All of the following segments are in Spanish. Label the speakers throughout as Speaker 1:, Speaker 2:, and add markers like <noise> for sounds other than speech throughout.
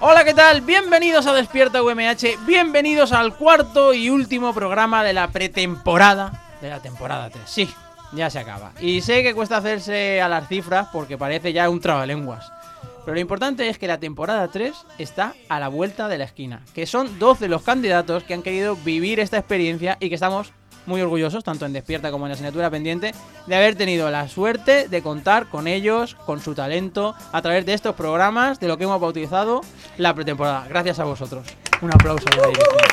Speaker 1: Hola, ¿qué tal? Bienvenidos a Despierta UMH, bienvenidos al cuarto y último programa de la pretemporada de la temporada 3. Sí, ya se acaba. Y sé que cuesta hacerse a las cifras porque parece ya un trabalenguas. Pero lo importante es que la temporada 3 está a la vuelta de la esquina, que son 12 los candidatos que han querido vivir esta experiencia y que estamos muy orgullosos, tanto en Despierta como en la asignatura pendiente, de haber tenido la suerte de contar con ellos, con su talento, a través de estos programas, de lo que hemos bautizado la pretemporada. Gracias a vosotros. Un aplauso. a la dirección.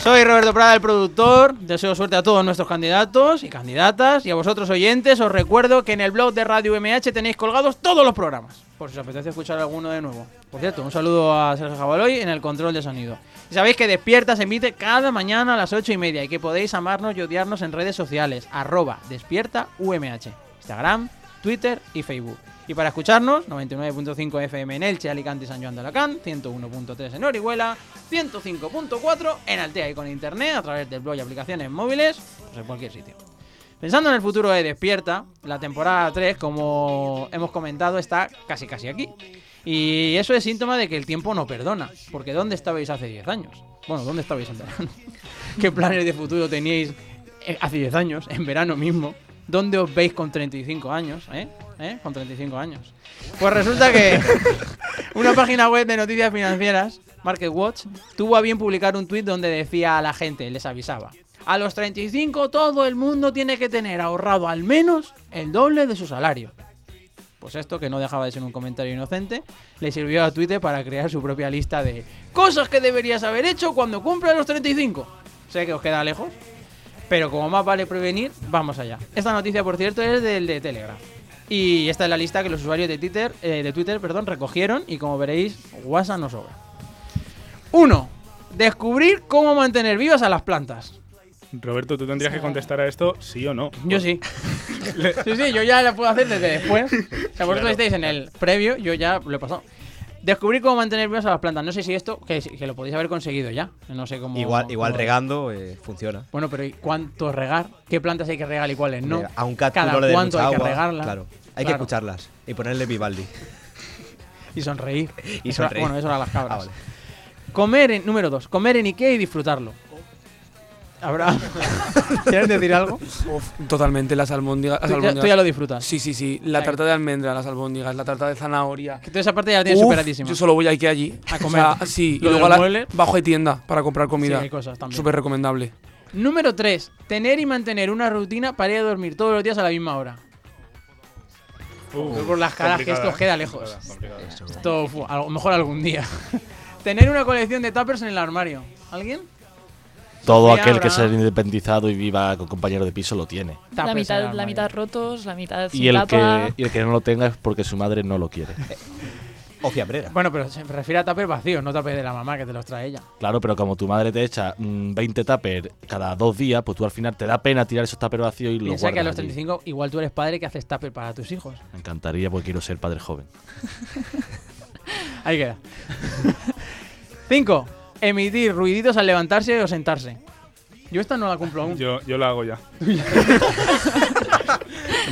Speaker 1: Soy Roberto Prada, el productor. Deseo suerte a todos nuestros candidatos y candidatas. Y a vosotros oyentes os recuerdo que en el blog de Radio MH tenéis colgados todos los programas. Por si os apetece escuchar alguno de nuevo. Por cierto, un saludo a Sergio Jabaloy en el control de sonido. Y sabéis que Despierta se emite cada mañana a las 8 y media y que podéis amarnos y odiarnos en redes sociales. Arroba Despierta UMH. Instagram, Twitter y Facebook. Y para escucharnos, 99.5 FM en Elche, Alicante y San Juan de Alacant, 101.3 en Orihuela, 105.4 en Altea y con internet a través del blog y aplicaciones móviles, pues en cualquier sitio. Pensando en el futuro de Despierta, la temporada 3, como hemos comentado, está casi casi aquí. Y eso es síntoma de que el tiempo no perdona, porque ¿dónde estabais hace 10 años? Bueno, ¿dónde estabais en verano? ¿Qué planes de futuro teníais eh, hace 10 años, en verano mismo? ¿Dónde os veis con 35 años? ¿Eh? ¿Eh? Con 35 años. Pues resulta que una página web de noticias financieras, Market Watch, tuvo a bien publicar un tuit donde decía a la gente, les avisaba. A los 35 todo el mundo tiene que tener ahorrado al menos el doble de su salario. Pues esto, que no dejaba de ser un comentario inocente, le sirvió a Twitter para crear su propia lista de cosas que deberías haber hecho cuando cumplas los 35. Sé que os queda lejos, pero como más vale prevenir, vamos allá. Esta noticia, por cierto, es del de Telegram. Y esta es la lista que los usuarios de Twitter, eh, de Twitter perdón, recogieron y como veréis, WhatsApp no sobra. 1. Descubrir cómo mantener vivas a las plantas.
Speaker 2: Roberto, tú tendrías que contestar a esto sí o no.
Speaker 1: Yo sí. <laughs> Sí, sí, yo ya la puedo hacer desde
Speaker 3: <laughs>
Speaker 1: después. O sea, vosotros
Speaker 2: Claro.
Speaker 1: estáis en el previo, yo ya lo he pasado. Descubrir cómo mantener vivas a las plantas. No sé si esto, que, que lo podéis haber conseguido ya. No sé cómo.
Speaker 3: Igual, igual
Speaker 1: cómo-
Speaker 3: regando eh, funciona.
Speaker 1: Bueno, pero ¿y cuánto regar? ¿Qué plantas hay que regar y cuáles no?
Speaker 3: Hombre, A un cat tú
Speaker 1: Cada
Speaker 3: no le des
Speaker 1: cuánto
Speaker 3: mucha
Speaker 1: hay que
Speaker 3: agua.
Speaker 1: regarla.
Speaker 3: Claro. Hay que
Speaker 1: Claro.
Speaker 3: escucharlas y ponerle Vivaldi.
Speaker 1: Y sonreír.
Speaker 3: <laughs> Y
Speaker 1: Eso era-
Speaker 3: sonreír.
Speaker 1: bueno, eso era las cabras.
Speaker 3: Ah, vale.
Speaker 1: Comer en. Número dos. Comer en Ikea y disfrutarlo. Habrá. <laughs> ¿Quieres decir algo?
Speaker 4: Uf, totalmente, las almóndigas. Las
Speaker 1: Tú ya,
Speaker 4: almóndigas.
Speaker 1: tú ya lo disfrutas.
Speaker 4: Sí, sí, sí. La
Speaker 1: Ahí.
Speaker 4: tarta de almendra, las albóndigas, la tarta de zanahoria.
Speaker 1: Que tú esa parte ya la tienes
Speaker 4: Uf,
Speaker 1: superadísima.
Speaker 4: Yo solo voy a que allí.
Speaker 1: A comer.
Speaker 4: O sea, sí,
Speaker 1: Lo
Speaker 4: y luego
Speaker 1: del
Speaker 4: a la-
Speaker 1: mueble.
Speaker 4: bajo de tienda para comprar comida.
Speaker 1: Sí, hay cosas también.
Speaker 4: Súper recomendable.
Speaker 1: Número 3. Tener y mantener una rutina para ir a dormir todos los días a la misma hora. Yo por las caras que
Speaker 2: ¿eh?
Speaker 1: esto os queda lejos. Esto, fu, a lo mejor algún día. <laughs> Tener una colección de tuppers en el armario. ¿Alguien?
Speaker 5: Todo
Speaker 1: Sí,
Speaker 5: aquel
Speaker 1: ahora.
Speaker 5: que sea independizado y viva con compañero de piso lo tiene.
Speaker 1: Tuppers en
Speaker 6: La
Speaker 1: el
Speaker 6: mitad, la
Speaker 1: armario.
Speaker 6: mitad rotos, la mitad sin
Speaker 5: Y el,
Speaker 6: tapa.
Speaker 5: que, y el que no lo tenga es porque su madre no lo quiere.
Speaker 1: <laughs>
Speaker 3: O fiambrera.
Speaker 1: Bueno, pero se refiere a tuppers vacíos, no tuppers de la mamá que te los trae ella.
Speaker 5: Claro, pero como tu madre te echa mm, 20 tupper cada dos días, pues tú al final te da pena tirar esos tupper vacíos y los
Speaker 1: Piensa
Speaker 5: guardas.
Speaker 1: que a los
Speaker 5: allí.
Speaker 1: 35 igual tú eres padre que haces tupper para tus hijos.
Speaker 5: Me encantaría porque quiero ser padre joven.
Speaker 1: Ahí queda. <laughs> 5. Emitir ruiditos al levantarse o sentarse. Yo esta no la cumplo aún.
Speaker 2: Yo, yo lo hago ya.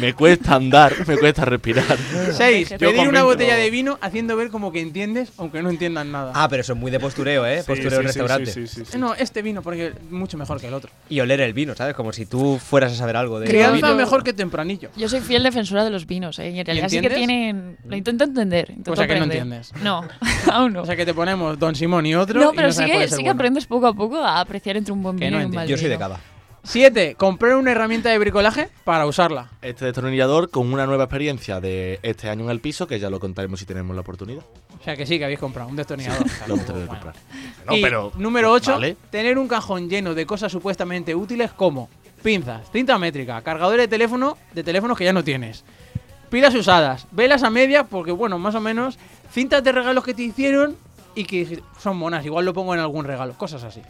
Speaker 5: Me cuesta andar, me cuesta respirar.
Speaker 1: 6.
Speaker 6: Yo
Speaker 1: Pedir
Speaker 2: con
Speaker 1: una
Speaker 2: 20
Speaker 1: botella
Speaker 2: lo
Speaker 1: de
Speaker 2: hago.
Speaker 1: vino haciendo ver como que entiendes, aunque no entiendas nada.
Speaker 3: Ah, pero eso es muy de postureo, ¿eh?
Speaker 2: Sí,
Speaker 3: postureo
Speaker 2: sí,
Speaker 3: en
Speaker 2: sí,
Speaker 3: restaurante.
Speaker 2: sí, sí, sí, sí.
Speaker 1: No, este vino, porque es mucho mejor que el otro.
Speaker 3: Y oler el vino, ¿sabes? Como si tú fueras a saber algo de
Speaker 6: Creo-
Speaker 1: Crianza
Speaker 6: vino-
Speaker 1: mejor que tempranillo.
Speaker 6: Yo soy fiel defensora de los vinos, ¿eh? Y en realidad sí que
Speaker 1: entiendes?
Speaker 6: tienen. Lo intento entender. intento
Speaker 1: O sea que no
Speaker 6: aprender.
Speaker 1: entiendes.
Speaker 6: No, <laughs> aún no.
Speaker 1: O sea que te ponemos Don Simón y otro.
Speaker 6: no,
Speaker 1: y
Speaker 6: pero sí,
Speaker 1: sabes cuál
Speaker 6: que,
Speaker 1: es el
Speaker 6: sí que
Speaker 1: bueno.
Speaker 6: aprendes poco a poco a apreciar entre un buen
Speaker 1: Que
Speaker 6: vino
Speaker 1: no
Speaker 6: y un mal
Speaker 3: Yo soy de
Speaker 6: vino.
Speaker 3: cava.
Speaker 1: Siete, Comprar una herramienta de bricolaje para usarla.
Speaker 5: Este destornillador con una nueva experiencia de este año en el piso, que ya lo contaremos si tenemos la oportunidad.
Speaker 1: O sea que sí que habéis comprado un destornillador.
Speaker 5: Lo hemos tenido que comprar. No,
Speaker 1: Y
Speaker 5: pero- pues,
Speaker 1: número 8,
Speaker 5: Vale.
Speaker 1: tener un cajón lleno de cosas supuestamente útiles como pinzas, cinta métrica, cargadores de teléfono, de teléfonos que ya no tienes, pilas usadas, velas a media, porque bueno, más o menos, cintas de regalos que te hicieron y que dijiste, son monas, igual lo pongo en algún regalo, cosas así.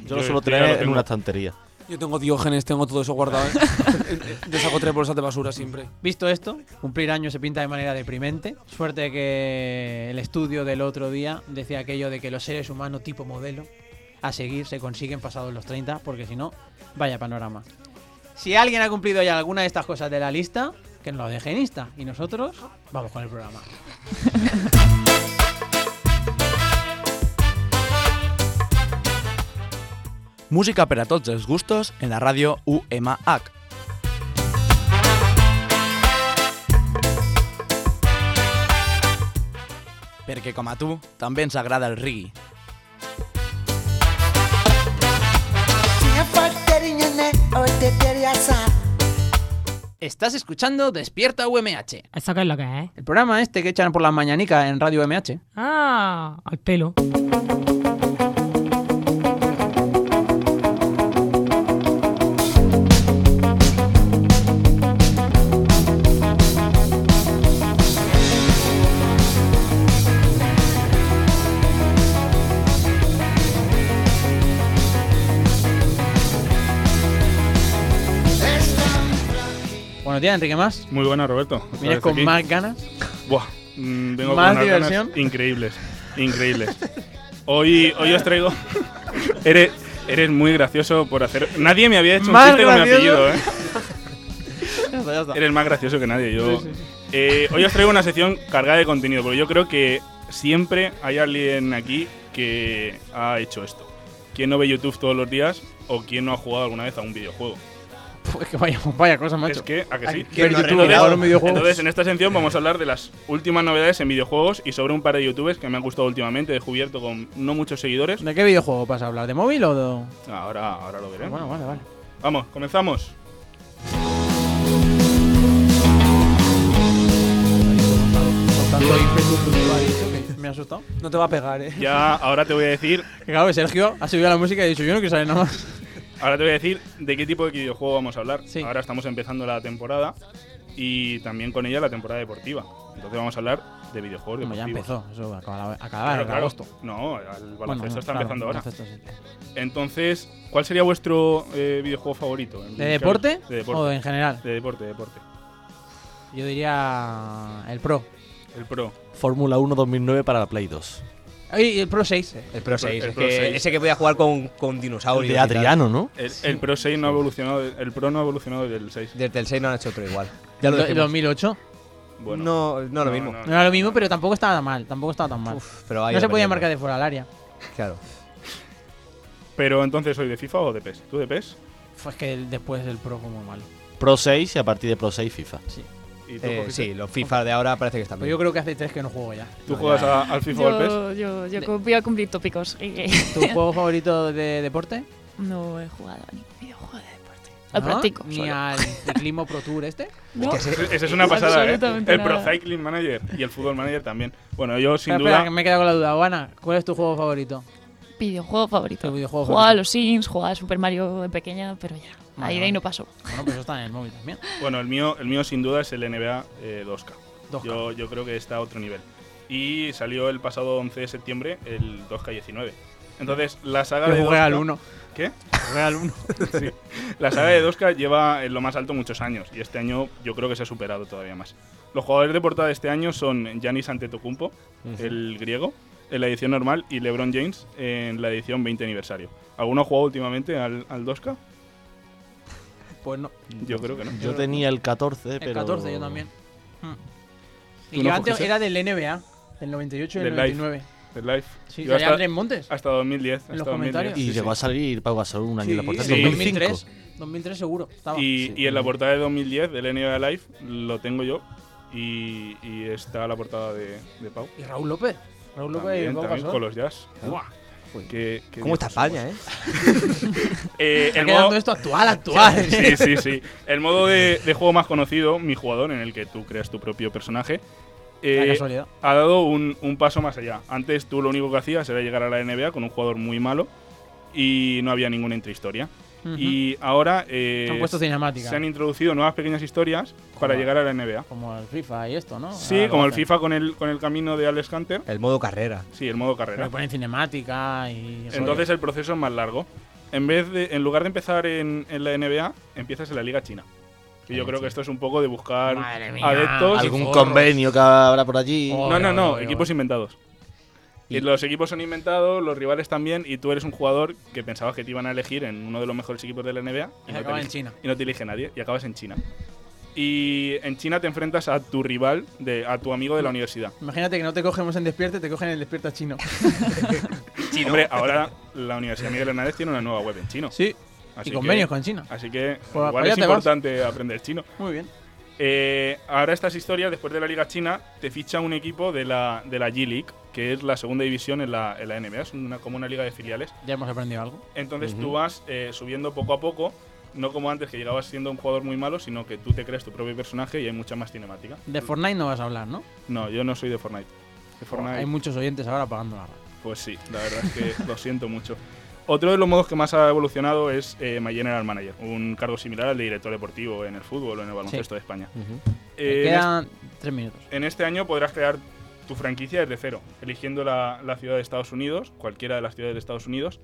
Speaker 5: Yo
Speaker 2: Yo
Speaker 5: lo suelo
Speaker 2: el trío lo
Speaker 5: tener en
Speaker 2: tengo.
Speaker 5: una estantería.
Speaker 4: Yo tengo diógenes, tengo todo eso guardado. <laughs> ¿eh? Yo saco tres bolsas de basura siempre.
Speaker 1: Visto esto, cumplir años se pinta de manera deprimente. Suerte que el estudio del otro día decía aquello de que los seres humanos tipo modelo a seguir se consiguen pasados los 30, porque si no, vaya panorama. Si alguien ha cumplido ya alguna de estas cosas de la lista, que nos lo deje en Insta. Y nosotros vamos con el programa.
Speaker 7: Música per a tots els gustos en la ràdio UMH. Perquè com a tu, també ens agrada el reggae.
Speaker 1: Estás escuchando Despierta UMH,
Speaker 8: ¿Esto qué es lo que es? ¿eh?
Speaker 1: el programa este que echan por las mañanicas en Radio UMH.
Speaker 8: Ah, al pelo.
Speaker 1: Buenos días, Enrique Más.
Speaker 2: Muy buena, Roberto. otra
Speaker 1: Vienes
Speaker 2: vez
Speaker 1: con
Speaker 2: aquí.
Speaker 1: más ganas. <laughs>
Speaker 2: Buah, mm, vengo
Speaker 1: Más
Speaker 2: con unas ganas
Speaker 1: diversión.
Speaker 2: increíbles, increíbles. Hoy, hoy os traigo. <laughs> eres, eres muy gracioso por hacer. Nadie me había hecho
Speaker 1: Más
Speaker 2: un chiste con mi
Speaker 1: gracioso.
Speaker 2: apellido, ¿eh? Eres más gracioso que nadie. Yo, Eh, hoy os traigo una sección cargada de contenido, porque yo creo que siempre hay alguien aquí que ha hecho esto. ¿Quién no ve YouTube todos los días o quién no ha jugado alguna vez a un videojuego?
Speaker 1: Pues que vaya, vaya cosa, macho.
Speaker 2: Es que, ¿a que sí?
Speaker 3: ¿Quién no ha
Speaker 1: YouTube,
Speaker 3: recreado?
Speaker 1: ahora un videojuego.
Speaker 2: Entonces, en esta sección vamos a hablar de las últimas novedades en videojuegos y sobre un par de youtubers que me han gustado últimamente, descubierto con no muchos seguidores.
Speaker 1: ¿De qué videojuego vas a hablar? ¿De móvil o de.? Pues
Speaker 2: Ahora, ahora lo veremos.
Speaker 1: Bueno, vale, vale.
Speaker 2: Vamos, comenzamos.
Speaker 1: Me ha asustado.
Speaker 4: No te va a pegar, ¿eh?
Speaker 2: Ya, ahora te voy a decir,
Speaker 1: Que claro, que Sergio ha subido la música y ha dicho: Yo no quiero saber nada más.
Speaker 2: ahora te voy a decir de qué tipo de videojuego vamos a hablar.
Speaker 1: Sí.
Speaker 2: Ahora estamos empezando la temporada y también con ella la temporada deportiva. Entonces vamos a hablar de videojuegos
Speaker 1: Como ya
Speaker 2: deportivos.
Speaker 1: empezó, eso acabará acabará
Speaker 2: Claro,
Speaker 1: en
Speaker 2: claro.
Speaker 1: agosto.
Speaker 2: No, el baloncesto
Speaker 1: Bueno,
Speaker 2: está
Speaker 1: claro,
Speaker 2: empezando ahora.
Speaker 1: baloncesto sí.
Speaker 2: Entonces, ¿cuál sería vuestro eh, videojuego favorito?
Speaker 1: ¿De deporte?
Speaker 2: De deporte.
Speaker 1: ¿O en general?
Speaker 2: De deporte, de deporte.
Speaker 1: Yo diría. El Pro.
Speaker 2: El Pro.
Speaker 5: Fórmula 1 2009 para la Play 2.
Speaker 1: Ay, el Pro 6.
Speaker 3: El Pro 6,
Speaker 2: El
Speaker 3: es
Speaker 2: Pro
Speaker 3: que
Speaker 2: 6.
Speaker 3: ese que podía jugar con, con
Speaker 5: El
Speaker 3: dinosaurios.
Speaker 5: de
Speaker 3: y tal.
Speaker 5: Adriano, ¿no?
Speaker 2: El, el Pro 6 no ha evolucionado, el Pro no ha evolucionado del 6.
Speaker 3: Desde el 6 no han hecho otro igual. Ya lo
Speaker 1: El
Speaker 3: dijimos.
Speaker 1: 2008.
Speaker 2: Bueno,
Speaker 3: no, no lo mismo.
Speaker 1: No era lo mismo, pero tampoco estaba tan mal. Tampoco estaba tan mal.
Speaker 3: Uf, pero ahí
Speaker 1: No se
Speaker 3: lo
Speaker 1: podía
Speaker 3: perdieron.
Speaker 1: marcar de fuera del área.
Speaker 3: Claro.
Speaker 2: Pero entonces, ¿soy de FIFA o de PES? ¿Tú de PES?
Speaker 1: Fue que el- después el Pro fue muy malo.
Speaker 5: Pro 6 y a partir de Pro 6 FIFA.
Speaker 2: ¿Y Pues tú,
Speaker 3: Eh,
Speaker 2: Jorge?
Speaker 3: sí, los FIFA de ahora parece que están
Speaker 1: Pero
Speaker 3: bien.
Speaker 1: yo creo que hace tres que no juego ya.
Speaker 2: ¿Tú juegas a- al FIFA o al PES?
Speaker 6: Yo, yo,
Speaker 1: Eh.
Speaker 6: yo cu- voy a cumplir tópicos. <laughs> y que
Speaker 1: ¿Tu juego favorito de deporte?
Speaker 6: no he jugado a ningún videojuego de deporte. Lo
Speaker 1: ¿No?
Speaker 6: practico.
Speaker 1: ¿Ah? Ni
Speaker 6: solo.
Speaker 1: al ciclismo Pro Tour este.
Speaker 6: No,
Speaker 3: Que ese-
Speaker 2: Esa es una pasada, ¿eh?
Speaker 6: Absolutamente
Speaker 2: El Pro
Speaker 6: nada.
Speaker 2: Cycling Manager y el Fútbol Manager también. Bueno, yo sin
Speaker 1: Espera, espera, que
Speaker 2: duda...
Speaker 1: me he quedado con la duda. Juana, ¿cuál es tu juego favorito?
Speaker 6: videojuego
Speaker 1: Tu
Speaker 6: favorito.
Speaker 1: videojuego
Speaker 6: Jugaba a
Speaker 1: favorito.
Speaker 6: los Sims, jugaba a Super Mario de pequeña, pero ya.
Speaker 1: Vale,
Speaker 6: ahí de
Speaker 1: vale.
Speaker 6: ahí no pasó.
Speaker 1: Bueno, pues eso está en el móvil también.
Speaker 2: Bueno, el mío, el mío sin duda es el NBA eh, 2K.
Speaker 1: 2K.
Speaker 2: Yo, yo creo que está a otro nivel. Y salió el pasado 11 de septiembre el 2K19. Entonces, la saga de
Speaker 1: Yo jugué
Speaker 2: 2K
Speaker 1: al 1.
Speaker 2: ¿Qué?
Speaker 1: Jugué al
Speaker 2: <laughs>
Speaker 1: 1.
Speaker 2: La saga de 2K lleva en lo más alto muchos años y este año yo creo que se ha superado todavía más. Los jugadores de portada de este año son Giannis Antetokounmpo, el griego, en la edición normal y LeBron James en la edición 20 aniversario. ¿Alguno ha jugado últimamente al, al 2K?
Speaker 1: Pues no.
Speaker 2: Yo creo que no.
Speaker 5: Yo tenía el 14,
Speaker 1: El
Speaker 5: pero.
Speaker 1: 14 yo también. Mm.
Speaker 2: ¿Tú
Speaker 1: Y
Speaker 2: no
Speaker 1: yo antes
Speaker 2: cogiste?
Speaker 1: era del NBA. Del 98 y del
Speaker 2: Del Life.
Speaker 1: 99.
Speaker 2: El Life.
Speaker 1: Sí,
Speaker 2: Yo
Speaker 1: salía
Speaker 2: hasta,
Speaker 1: Andrés Montes.
Speaker 2: hasta 2010.
Speaker 1: En
Speaker 2: hasta
Speaker 1: los comentarios.
Speaker 5: Y
Speaker 2: 2010, sí,
Speaker 5: llegó
Speaker 2: sí.
Speaker 5: a salir Pau Gasol un año en la
Speaker 1: Sí,
Speaker 5: portada.
Speaker 2: Sí.
Speaker 5: en
Speaker 1: 2003. 2003 seguro. Estaba.
Speaker 2: Y, y en la portada de 2010 del NBA Live lo tengo yo y, y está la portada de, de Pau.
Speaker 1: Y Raúl López. Raúl López y
Speaker 2: También,
Speaker 1: Pau
Speaker 2: también
Speaker 1: Gasol.
Speaker 2: con los jazz.
Speaker 1: Ah,
Speaker 2: Buah,
Speaker 1: pues,
Speaker 2: qué- qué
Speaker 3: ¿Cómo está
Speaker 2: viejos somos.
Speaker 3: España, eh?
Speaker 2: Eh,
Speaker 1: Está
Speaker 2: el
Speaker 1: quedando
Speaker 2: modo,
Speaker 1: esto actual, actual. <laughs>
Speaker 2: <laughs> Sí, sí, sí. El modo de, de juego más conocido, mi jugador, en el que tú creas tu propio personaje, eh,
Speaker 1: La casualidad.
Speaker 2: ha dado un, un paso más allá. Antes tú lo único que hacías era llegar a la NBA con un jugador muy malo y no había ninguna intrahistoria. Y ahora eh,
Speaker 1: Han puesto cinemática.
Speaker 2: se han introducido nuevas pequeñas historias para
Speaker 1: Joder.
Speaker 2: llegar a la NBA.
Speaker 1: Como el FIFA y esto, ¿no?
Speaker 2: Sí,
Speaker 1: Ahora lo
Speaker 2: como el
Speaker 1: hacen.
Speaker 2: FIFA con el, con el camino de Alex Hunter.
Speaker 3: eh? El modo carrera.
Speaker 2: Sí, el modo carrera.
Speaker 1: Pero ponen cinemática y.
Speaker 2: Entonces el proceso es más largo. En, vez de, en lugar de empezar en, en la NBA, empiezas en la Liga China. Y yo creo que esto es un poco de buscar
Speaker 1: Madre mía.
Speaker 2: adeptos.
Speaker 5: Algún convenio que habrá por allí.
Speaker 2: No, no, no, equipos inventados. Y los equipos son inventados, los rivales también, y tú eres un jugador que pensabas que te iban a elegir en uno de los mejores equipos de la NBA y
Speaker 1: Y
Speaker 2: no, te
Speaker 1: acaba en
Speaker 2: elige,
Speaker 1: China.
Speaker 2: y no te elige nadie, y acabas en China. Y en China te enfrentas a tu rival, de, a tu amigo
Speaker 1: Mm.
Speaker 2: de la universidad.
Speaker 1: Imagínate que no te cogemos en despierta, te cogen en el despierta
Speaker 2: <laughs>
Speaker 1: chino.
Speaker 2: Hombre, ahora la Universidad Miguel Hernández tiene una nueva web en chino.
Speaker 1: Sí, y
Speaker 2: Así que-
Speaker 1: convenios con China.
Speaker 2: Así que
Speaker 1: Pues
Speaker 2: igual
Speaker 1: allá
Speaker 2: es
Speaker 1: te vas.
Speaker 2: importante aprender chino.
Speaker 1: Muy bien.
Speaker 2: Eh, ahora estas historias, después de la Liga China, te ficha un equipo de la, de la G-League, que es la segunda división en la, en la NBA, es una, como una liga de filiales.
Speaker 1: Ya hemos aprendido algo.
Speaker 2: Entonces tú vas eh, subiendo poco a poco, no como antes que llegabas siendo un jugador muy malo, sino que tú te creas tu propio personaje y hay mucha más cinemática.
Speaker 1: De Fortnite no vas a hablar, ¿no?
Speaker 2: No, yo no soy de Fortnite. De Fortnite,
Speaker 1: Hay muchos oyentes ahora pagando la radio.
Speaker 2: pues sí, la verdad es que lo siento mucho. Otro de los modos que más ha evolucionado es eh, My General Manager, un cargo similar al de director deportivo en el fútbol o en el baloncesto de España. Eh,
Speaker 1: Me
Speaker 2: en
Speaker 1: quedan tres minutos.
Speaker 2: En este año podrás crear tu franquicia desde cero, eligiendo la, la ciudad de Estados Unidos, cualquiera de las ciudades de Estados Unidos,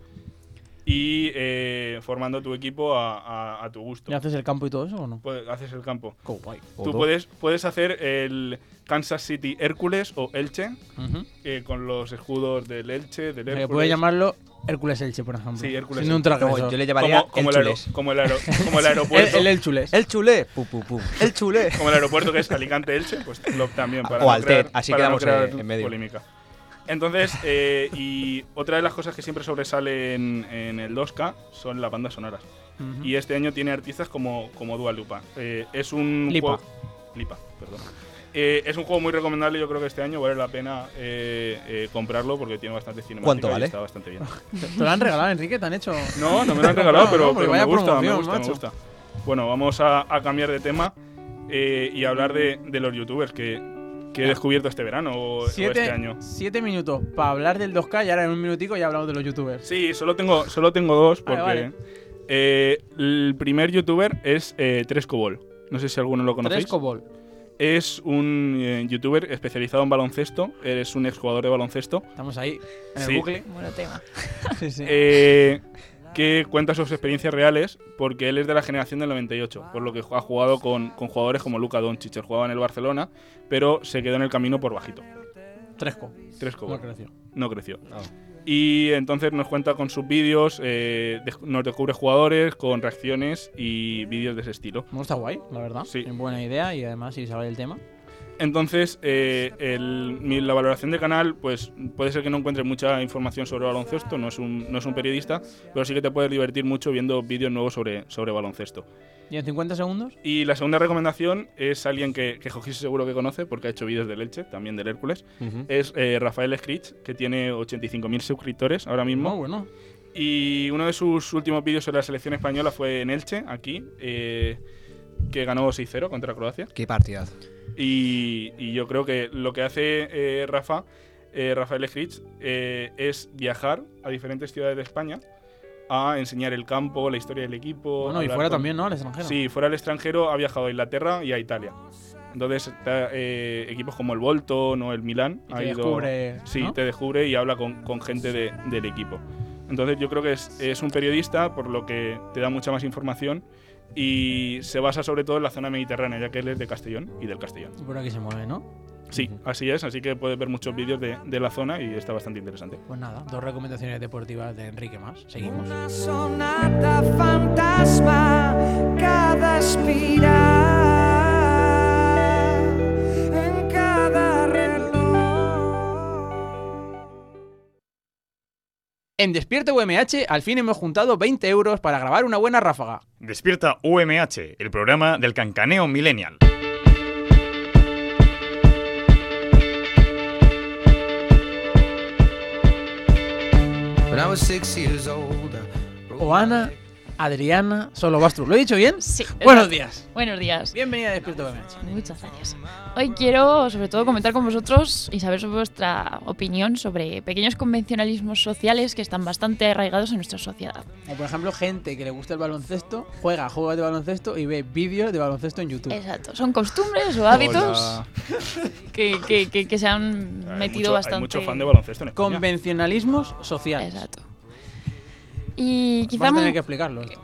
Speaker 2: y eh, formando tu equipo a, a- a tu gusto.
Speaker 1: ¿Ya haces el campo y todo eso o no?
Speaker 2: Puedes- haces el campo.
Speaker 1: Qué guay.
Speaker 2: Tú puedes, puedes hacer el Kansas City Hércules o Elche,
Speaker 1: Ujú.
Speaker 2: eh, con los escudos del Elche, del
Speaker 1: O sea,
Speaker 2: Hércules.
Speaker 1: que puedes llamarlo Hércules Elche, por ejemplo.
Speaker 2: Sí, Hércules
Speaker 1: Sin un
Speaker 2: Elche.
Speaker 3: No,
Speaker 1: transgresor.
Speaker 3: yo le
Speaker 2: como,
Speaker 3: llamaría
Speaker 2: como
Speaker 3: el
Speaker 2: el aero-
Speaker 3: chulés.
Speaker 2: como el
Speaker 3: <laughs>
Speaker 2: aero- como el
Speaker 1: El,
Speaker 2: aeropuerto.
Speaker 1: el Elchules.
Speaker 3: El chulé. Pu, pu, pu. El chulé.
Speaker 2: como el aeropuerto que es Alicante Elche, pues lo- también para
Speaker 3: O
Speaker 2: no
Speaker 3: Altet,
Speaker 2: crear-
Speaker 3: así
Speaker 2: para no
Speaker 3: quedamos, eh,
Speaker 2: crear
Speaker 3: en medio.
Speaker 2: polémica. Entonces, eh, y otra de las cosas que siempre sobresalen en el 2K son las bandas sonoras.
Speaker 1: Ujú.
Speaker 2: Y este año tiene artistas como, como Dua Lipa. Eh, es un
Speaker 1: Lipa.
Speaker 2: juego. Lipa, perdón. Eh, es un juego muy recomendable, yo creo que este año vale la pena eh, eh, comprarlo porque tiene bastante cinemática
Speaker 3: ¿Cuánto
Speaker 2: y
Speaker 3: vale?
Speaker 2: está bastante bien.
Speaker 1: ¿Te te lo han regalado, Enrique? ¿Te han hecho?
Speaker 2: No, no me lo han
Speaker 1: <laughs>
Speaker 2: regalado,
Speaker 1: No,
Speaker 2: pero,
Speaker 1: no, porque
Speaker 2: pero me
Speaker 1: vaya
Speaker 2: gusta, me
Speaker 1: promoción,
Speaker 2: gusta, me
Speaker 1: macho.
Speaker 2: gusta. Bueno, vamos a, a cambiar de tema eh, y hablar de, de los youtubers que, que he descubierto este verano o, o
Speaker 1: Siete,
Speaker 2: este año.
Speaker 1: siete minutos para hablar del 2K y ahora en un minutico ya hablamos de los youtubers.
Speaker 2: Sí, solo tengo, solo tengo dos porque
Speaker 1: Vale, vale.
Speaker 2: eh, el primer youtuber es eh, Trescobol. No sé si alguno lo conocéis.
Speaker 1: Trescobol.
Speaker 2: es un eh, youtuber especializado en baloncesto. Es un exjugador de baloncesto.
Speaker 1: Estamos ahí, en
Speaker 2: Sí.
Speaker 1: el bucle.
Speaker 6: Buen tema.
Speaker 1: Sí, sí.
Speaker 2: eh, que cuenta sus experiencias reales, porque él es de la generación del 98, por lo que ha jugado con, con jugadores como Luca Doncic, él jugaba en el Barcelona, pero se quedó en el camino por bajito.
Speaker 1: Tresco.
Speaker 2: Tres
Speaker 1: No
Speaker 2: cobos.
Speaker 1: creció.
Speaker 2: No creció. Ah. Y entonces nos cuenta con sus vídeos, eh, des- nos descubre jugadores con reacciones y vídeos de ese estilo.
Speaker 1: No está guay, la verdad.
Speaker 2: Sí.
Speaker 1: Es buena idea y además si sabe el tema.
Speaker 2: Entonces, eh, el- mi- la valoración del canal, pues puede ser que no encuentres mucha información sobre baloncesto, no es un, no es un periodista, pero sí que te puedes divertir mucho viendo vídeos nuevos sobre, sobre baloncesto.
Speaker 1: ¿Y en 50 segundos?
Speaker 2: Y la segunda recomendación es alguien que, que Jojis seguro que conoce, porque ha hecho vídeos del Elche, también del Hércules. Es eh, Rafael Scritch, que tiene 85.000 suscriptores ahora
Speaker 1: No,
Speaker 2: mismo.
Speaker 1: bueno.
Speaker 2: Y uno de sus últimos vídeos sobre la selección española fue en Elche, aquí, eh, que ganó 6-0 contra Croacia.
Speaker 3: Qué partidazo.
Speaker 2: Y, y yo creo que lo que hace eh, Rafa, eh, Rafael Scritch, eh, es viajar a diferentes ciudades de España a enseñar el campo, la historia del equipo.
Speaker 1: Bueno, y
Speaker 2: hablar
Speaker 1: fuera
Speaker 2: con-
Speaker 1: también, ¿no? Al extranjero.
Speaker 2: Sí, fuera del extranjero ha viajado a Inglaterra y a Italia. Entonces, está, eh, equipos como el Bolton o el Milan.
Speaker 1: Y
Speaker 2: ha
Speaker 1: te
Speaker 2: ido-
Speaker 1: descubre,
Speaker 2: Sí,
Speaker 1: ¿no?
Speaker 2: te descubre y habla con, con gente de- del equipo. Entonces, yo creo que es, es un periodista, por lo que te da mucha más información. Y se basa sobre todo en la zona mediterránea, ya que él es de Castellón y del Castellón.
Speaker 1: Por aquí se mueve, ¿no?
Speaker 2: Sí, así es, así que puedes ver muchos vídeos de, de la zona y está bastante interesante.
Speaker 1: Pues nada, dos recomendaciones deportivas de Enrique más. Seguimos.
Speaker 9: Sonata fantasma, cada espiral en cada reloj.
Speaker 1: En Despierta UMH al fin hemos juntado 20 euros para grabar una buena ráfaga.
Speaker 10: Despierta UMH, el programa del cancaneo millennial.
Speaker 9: When I was six years old, I wrote
Speaker 1: Oana Adriana Solo Bastru. ¿Lo he dicho bien?
Speaker 6: Sí.
Speaker 1: Buenos días.
Speaker 6: Buenos días.
Speaker 1: Bienvenida a Despierto BMH.
Speaker 6: Muchas gracias. Hoy quiero, sobre todo, comentar con vosotros y saber sobre vuestra opinión sobre pequeños convencionalismos sociales que están bastante arraigados en nuestra sociedad.
Speaker 1: O por ejemplo, gente que le gusta el baloncesto, juega juegos de baloncesto y ve vídeos de baloncesto en YouTube.
Speaker 6: Exacto. Son costumbres o hábitos
Speaker 2: Hola.
Speaker 6: que, que- que- que se han
Speaker 2: Hay
Speaker 6: metido
Speaker 2: mucho-
Speaker 6: bastante.
Speaker 2: Hay mucho fan de baloncesto en España.
Speaker 1: Convencionalismos sociales.
Speaker 6: Exacto. Y quizá. Eh,
Speaker 1: Vamos a
Speaker 6: mu-
Speaker 1: tener que explicarlo. esto.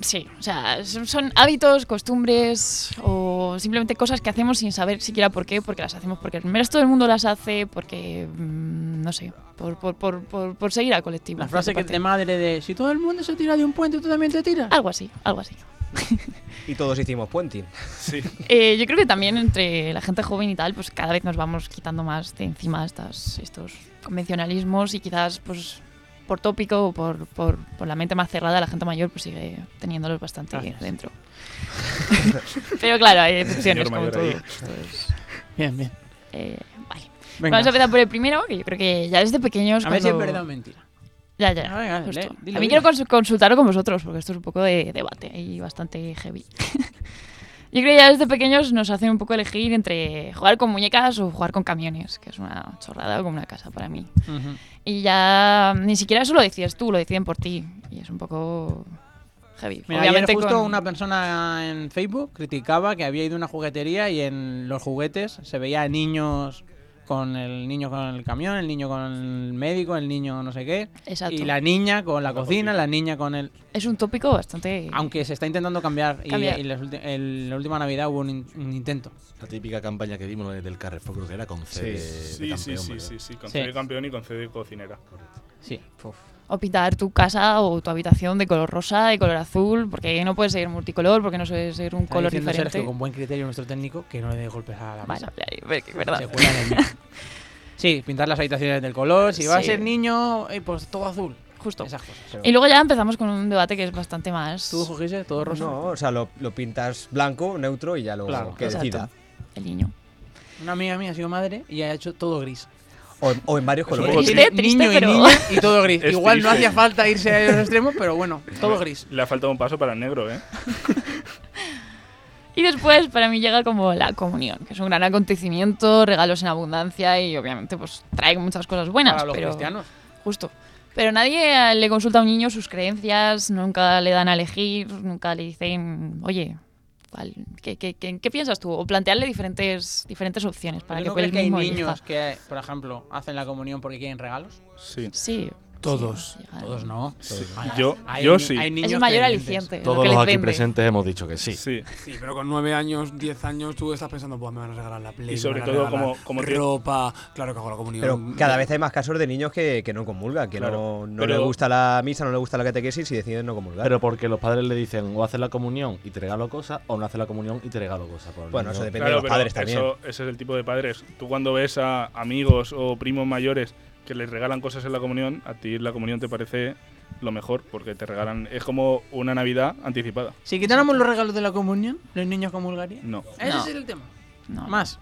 Speaker 6: Sí, o sea, son son hábitos, costumbres o simplemente cosas que hacemos sin saber siquiera por qué, porque las hacemos porque el resto del mundo las hace, porque, mm, no sé, por, por, por, por, por seguir al colectivo.
Speaker 1: La
Speaker 6: en
Speaker 1: frase que
Speaker 6: cierta
Speaker 1: de
Speaker 6: parte.
Speaker 1: madre de si todo el mundo se tira de un puente, tú también te tiras.
Speaker 6: Algo así, algo así.
Speaker 3: Y todos hicimos puenting.
Speaker 2: Sí.
Speaker 6: Eh, yo creo que también entre la gente joven y tal, pues cada vez nos vamos quitando más de encima estas, estos convencionalismos y quizás pues por tópico o por, por, por la mente más cerrada la gente mayor pues sigue teniéndolos bastante
Speaker 1: Gracias.
Speaker 6: dentro. <laughs> Pero claro, hay
Speaker 2: Señor
Speaker 6: excepciones como
Speaker 2: mayor
Speaker 6: todo.
Speaker 2: ahí.
Speaker 6: Esto es,
Speaker 1: Bien, bien.
Speaker 6: eh, vale.
Speaker 1: Venga.
Speaker 6: Vamos a empezar por el primero, que yo creo que ya desde pequeños...
Speaker 1: A ver si es
Speaker 6: cuando-
Speaker 1: verdad o mentira.
Speaker 6: Ya, ya.
Speaker 1: Ah, venga,
Speaker 6: justo.
Speaker 1: lee, dilo,
Speaker 6: a mí
Speaker 1: dilo.
Speaker 6: quiero cons- consultarlo con vosotros, porque esto es un poco de debate y bastante heavy. <laughs> Yo creo que ya desde pequeños nos hacen un poco elegir entre jugar con muñecas o jugar con camiones, que es una chorrada como una casa para mí. Y ya ni siquiera eso lo decides tú, lo deciden por ti. Y es un poco heavy.
Speaker 1: Mira, ayer justo una persona en Facebook criticaba que había ido a una juguetería y en los juguetes se veía a niños con el niño con el camión, el niño con el médico, el niño no sé qué.
Speaker 6: Exacto.
Speaker 1: Y la niña con la, cocina, la niña con el...
Speaker 6: Es un tópico bastante...
Speaker 1: Aunque se está intentando cambiar, y-
Speaker 6: Cambiar.
Speaker 1: y, las ulti- el- la última Navidad hubo un, in- un intento.
Speaker 5: La típica campaña que dimos del Carrefour, creo que era con C de- de
Speaker 2: Sí, sí,
Speaker 5: campeón,
Speaker 2: sí,
Speaker 5: ¿verdad?
Speaker 2: sí, sí.
Speaker 1: Sí.
Speaker 2: Concede campeón y concede cocinera.
Speaker 1: Sí.
Speaker 6: O pintar tu casa o tu habitación de color rosa, de color azul, porque no puede ser multicolor, porque no suele ser un
Speaker 1: Está
Speaker 6: color
Speaker 1: diciendo
Speaker 6: diferente.
Speaker 1: Sergio, con buen criterio nuestro técnico, que no le dé golpes a la
Speaker 6: Vale,
Speaker 1: mesa.
Speaker 6: vale, vale, que es verdad.
Speaker 1: Se cuela en el
Speaker 6: <laughs>
Speaker 1: micro. Sí, pintar las habitaciones del color. Si va a
Speaker 6: Sí.
Speaker 1: ser niño, eh, pues todo azul.
Speaker 6: Justo.
Speaker 1: Esas cosas.
Speaker 6: Y luego ya empezamos con un debate que es bastante más
Speaker 1: ¿Tú, Jujise, todo rosa?
Speaker 3: No, o sea, lo, lo pintas blanco, neutro y ya lo
Speaker 1: Claro,
Speaker 3: que
Speaker 6: exacto.
Speaker 3: decida.
Speaker 6: el niño.
Speaker 1: Una amiga mía ha sido madre y ha hecho todo gris.
Speaker 3: O en, o en varios
Speaker 2: Eso
Speaker 3: colores.
Speaker 2: es
Speaker 6: Triste, triste,
Speaker 1: niño
Speaker 6: pero-
Speaker 1: y niña y todo gris.
Speaker 2: <laughs> Es
Speaker 1: Igual no
Speaker 2: triste.
Speaker 1: hacía falta irse a los extremos, pero bueno, todo gris.
Speaker 2: Le ha faltado un paso para el negro, ¿eh?
Speaker 6: Y después para mí llega como la comunión, que es un gran acontecimiento, regalos en abundancia y obviamente pues trae muchas cosas buenas.
Speaker 1: Para los
Speaker 6: pero
Speaker 1: cristianos.
Speaker 6: Justo. Pero nadie eh, le consulta a un niño sus creencias, nunca le dan a elegir, nunca le dicen, oye, ¿cuál- ¿qué, qué, qué- qué piensas tú? O plantearle diferentes, diferentes opciones para
Speaker 1: ¿Pero
Speaker 6: que
Speaker 1: no
Speaker 6: él
Speaker 1: crees que hay
Speaker 6: mismo
Speaker 1: niños
Speaker 6: elija.
Speaker 1: que, por ejemplo, hacen la comunión porque quieren regalos?
Speaker 2: Sí.
Speaker 6: Sí.
Speaker 4: Todos.
Speaker 6: sí, llegan.
Speaker 1: Todos no.
Speaker 2: Yo,
Speaker 1: Hay
Speaker 2: yo
Speaker 1: ni-
Speaker 2: sí.
Speaker 1: hay
Speaker 6: Es
Speaker 1: niños
Speaker 6: el mayor
Speaker 1: creyentes.
Speaker 6: aliciente. lo
Speaker 5: Todos
Speaker 6: que
Speaker 5: los
Speaker 6: les
Speaker 5: aquí
Speaker 6: vende.
Speaker 5: presentes hemos dicho que sí.
Speaker 2: Sí.
Speaker 4: Sí, pero con 9 años, 10 años, tú estás pensando, pues me van a regalar la play.
Speaker 2: Y
Speaker 4: me
Speaker 2: sobre
Speaker 4: van a
Speaker 2: todo,
Speaker 4: regalar
Speaker 2: como- como tie-
Speaker 4: ropa. Claro que hago la comunión.
Speaker 3: Pero cada vez hay más casos de niños que, que no comulgan, que
Speaker 2: Claro.
Speaker 3: no, no
Speaker 2: Pero-
Speaker 3: le gusta la misa, no le gusta la catequesis y deciden no comulgar.
Speaker 5: Pero porque los padres le dicen o haces la comunión y te regalo cosas, o no haces la comunión y te regalo cosas. por el
Speaker 3: Bueno,
Speaker 5: niño.
Speaker 3: eso depende.
Speaker 2: Claro,
Speaker 3: de los
Speaker 2: pero
Speaker 3: padres también.
Speaker 2: eso- ese es el tipo de padres. Tú cuando ves a amigos o primos mayores que les regalan cosas en la comunión, a ti la comunión te parece lo mejor, porque te regalan... Es como una Navidad anticipada.
Speaker 1: Si quitáramos los regalos de la comunión, ¿los niños comulgarían?
Speaker 2: No.
Speaker 1: Ese
Speaker 6: No.
Speaker 1: es el tema.
Speaker 6: No, no.
Speaker 1: Más.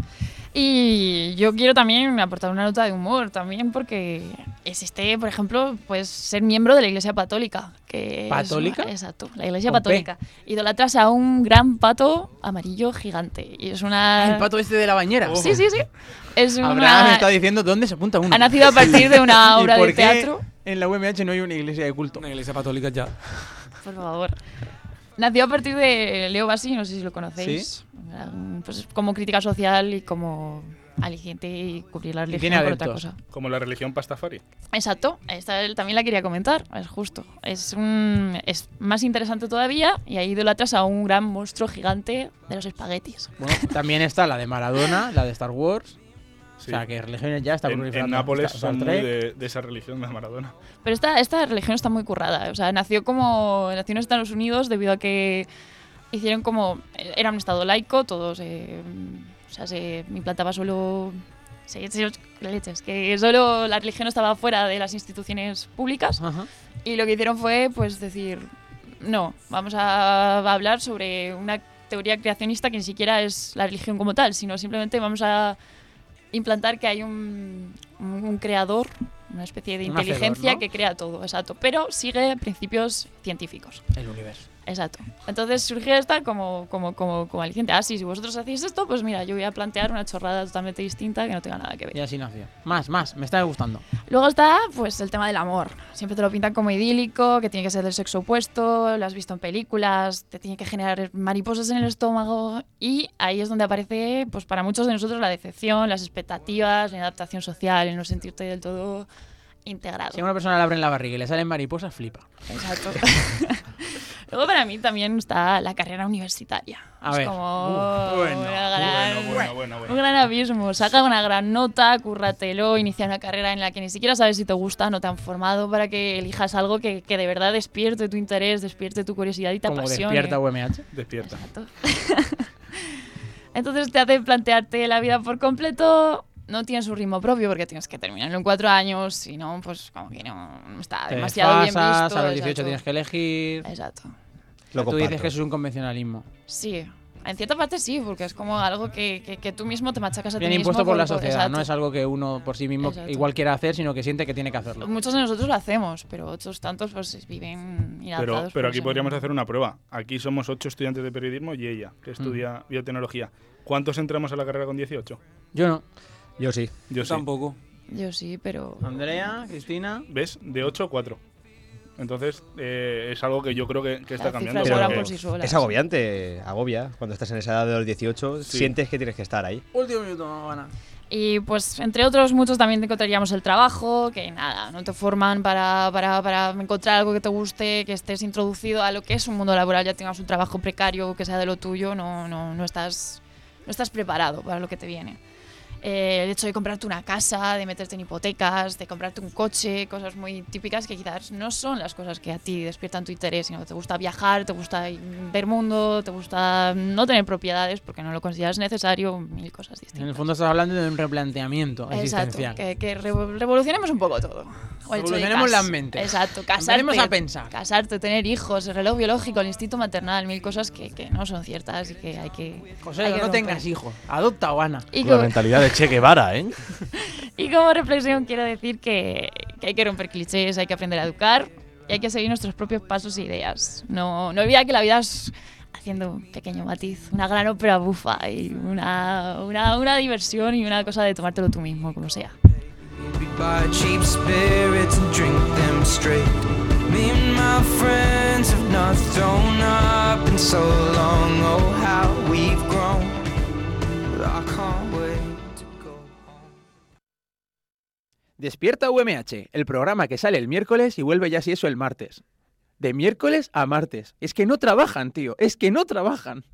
Speaker 6: Y yo quiero también aportar una nota de humor también porque existe, por ejemplo, pues ser miembro de la Iglesia Patólica. Que es-
Speaker 1: ¿Patólica?
Speaker 6: exacto, la Iglesia
Speaker 1: Con P.
Speaker 6: Patólica. Idolatras a un gran pato amarillo gigante. Y es una...
Speaker 1: El pato este de la bañera.
Speaker 6: Ah. Sí, sí, sí. Es
Speaker 1: Abraham
Speaker 6: una...
Speaker 1: está diciendo dónde se apunta uno.
Speaker 6: Ha nacido a partir de una
Speaker 1: <laughs> ¿Y
Speaker 6: obra
Speaker 1: por
Speaker 6: de
Speaker 1: qué
Speaker 6: teatro.
Speaker 1: En la UMH no hay una iglesia de culto.
Speaker 4: Una iglesia católica ya.
Speaker 6: Por favor. Nació a partir de Leo Bassi, no sé si lo conocéis. Era, Pues como crítica social y como aliciente y cubrir la religión
Speaker 1: tiene
Speaker 6: por otra
Speaker 1: adeptos.
Speaker 6: cosa.
Speaker 2: Como la religión pastafari.
Speaker 6: Exacto, esta él también la quería comentar, es justo. Es, un, es más interesante todavía y ahí idolatras a un gran monstruo gigante de los espaguetis.
Speaker 1: Bueno, también está la de Maradona, la de Star Wars.
Speaker 2: Sí.
Speaker 1: O sea, que religiones ya está
Speaker 2: en, en
Speaker 1: proliferando.
Speaker 2: Nápoles
Speaker 1: Está Star
Speaker 2: son muy
Speaker 1: Trek.
Speaker 2: de, de esa religión de Maradona. <laughs>
Speaker 6: Pero esta, esta religión está muy currada, o sea, nació como nació en Estados Unidos debido a que hicieron como era un estado laico, todos se, o sea, se implantaba solo se- se- leches, que solo la religión estaba fuera de las instituciones públicas
Speaker 1: Ajá.
Speaker 6: Y lo que hicieron fue, pues, decir, no, vamos a hablar sobre una teoría creacionista que ni siquiera es la religión como tal, sino simplemente vamos a implantar que hay un, un- un creador, una especie de
Speaker 1: Un hacedor,
Speaker 6: inteligencia
Speaker 1: ¿no?
Speaker 6: que crea todo, exacto, pero sigue principios científicos.
Speaker 1: El universo.
Speaker 6: Exacto. Entonces surge esta como, como, como, como aliciente. Ah, sí, si vosotros hacéis esto, pues mira, yo voy a plantear una chorrada totalmente distinta que no tenga nada que ver.
Speaker 1: Y así nació. Más, más, me está gustando.
Speaker 6: Luego está pues el tema del amor. Siempre te lo pintan como idílico, que tiene que ser del sexo opuesto, lo has visto en películas, te tiene que generar mariposas en el estómago y ahí es donde aparece pues para muchos de nosotros la decepción, las expectativas, la adaptación social, el no sentirte del todo integrado.
Speaker 1: Si a una persona le abren la barriga y le salen mariposas, flipa.
Speaker 6: Exacto. <laughs> Luego para mí también está la carrera universitaria.
Speaker 1: A
Speaker 6: es
Speaker 1: ver.
Speaker 6: como
Speaker 1: Uh, bueno,
Speaker 6: una gran-
Speaker 2: bueno, bueno, bueno, bueno.
Speaker 6: un gran abismo. Saca una gran nota, cúrratelo, inicia una carrera en la que ni siquiera sabes si te gusta, no te han formado para que elijas algo que, que de verdad despierte tu interés, despierte tu curiosidad y te
Speaker 1: Como
Speaker 6: apasione.
Speaker 1: despierta UMH.
Speaker 2: Despierta.
Speaker 6: Entonces te hace plantearte la vida por completo. No tiene su ritmo propio porque tienes que terminarlo en cuatro años, si no, pues como que no no está
Speaker 1: Te
Speaker 6: Ah, demasiado bien
Speaker 1: desfasas,
Speaker 6: visto.
Speaker 1: a los 18
Speaker 6: exacto.
Speaker 1: tienes que elegir.
Speaker 6: Exacto.
Speaker 3: Lo
Speaker 1: Tú dices
Speaker 3: comparto.
Speaker 1: que eso es un convencionalismo.
Speaker 6: Sí. En cierta parte sí, porque es como algo que, que- que tú mismo te machacas a
Speaker 1: Bien
Speaker 6: ti mismo.
Speaker 1: impuesto por la sociedad,
Speaker 6: exacto.
Speaker 1: no es algo que uno por sí mismo
Speaker 6: Exacto.
Speaker 1: igual quiera hacer, sino que siente que tiene que hacerlo.
Speaker 6: Muchos de nosotros lo hacemos, pero otros tantos pues viven
Speaker 2: Pero,
Speaker 6: inadaptados. pues,
Speaker 2: pero
Speaker 6: por
Speaker 2: aquí
Speaker 6: ese
Speaker 2: podríamos
Speaker 6: mundo.
Speaker 2: hacer una prueba. Aquí somos ocho estudiantes de periodismo y ella, que
Speaker 1: Mm.
Speaker 2: estudia biotecnología. ¿Cuántos entramos a la carrera con 18?
Speaker 1: Yo no.
Speaker 3: Yo sí.
Speaker 2: Yo
Speaker 4: Yo
Speaker 2: sí.
Speaker 4: tampoco.
Speaker 6: Yo sí, pero...
Speaker 1: Andrea, Cristina.
Speaker 2: ¿Ves? De 8, 4. Entonces, eh, es algo que yo creo que, que está
Speaker 6: las
Speaker 2: cambiando.
Speaker 6: cifras hablan
Speaker 2: porque-
Speaker 6: por sí solas.
Speaker 3: Es agobiante, agobia. Cuando estás en esa edad de los 18,
Speaker 2: Sí.
Speaker 3: sientes que tienes que estar ahí.
Speaker 1: Último minuto, no gana.
Speaker 6: Y pues entre otros muchos también encontraríamos el trabajo, que nada, no te forman para, para, para encontrar algo que te guste, que estés introducido a lo que es un mundo laboral, ya tengas un trabajo precario que sea de lo tuyo, no, no, no, estás, no estás preparado para lo que te viene. Eh, el hecho de comprarte una casa, de meterte en hipotecas, de comprarte un coche, cosas muy típicas que quizás no son las cosas que a ti despiertan tu interés, sino que te gusta viajar, te gusta ver mundo, te gusta no tener propiedades porque no lo consideras necesario, mil cosas distintas.
Speaker 1: En el fondo estás hablando de un replanteamiento
Speaker 6: Exacto,
Speaker 1: existencial.
Speaker 6: que, que revo- revolucionemos un poco todo. O el hecho de
Speaker 1: Revolucionemos
Speaker 6: cas-
Speaker 1: las mentes.
Speaker 6: Exacto,
Speaker 1: Empecemos
Speaker 6: casarte.
Speaker 1: a pensar.
Speaker 6: Casarte, tener hijos, el reloj biológico, el instinto maternal, mil cosas que, que no son ciertas y que hay que.
Speaker 1: José,
Speaker 6: hay
Speaker 1: no
Speaker 6: que romper.
Speaker 1: tengas hijos. Adopta a Ana.
Speaker 6: Y
Speaker 5: La
Speaker 6: como,
Speaker 5: mentalidad de Che Guevara,
Speaker 6: <laughs>
Speaker 5: ¿eh?
Speaker 6: y como reflexión, quiero decir que, que hay que romper clichés, hay que aprender a educar y hay que seguir nuestros propios pasos e ideas. No, no olvidar que la vida es haciendo un pequeño matiz, una gran ópera bufa y una, una, una diversión y una cosa de tomártelo tú mismo, como sea.
Speaker 9: We buy cheap spirits and drink them straight. Me and my friends have not thrown up in so long. Oh, how we've grown. But I can't wait to go home.
Speaker 1: Despierta UMH, el programa que sale el miércoles y vuelve ya si eso el martes. De miércoles a martes. Es que no trabajan, tío. Es que no trabajan.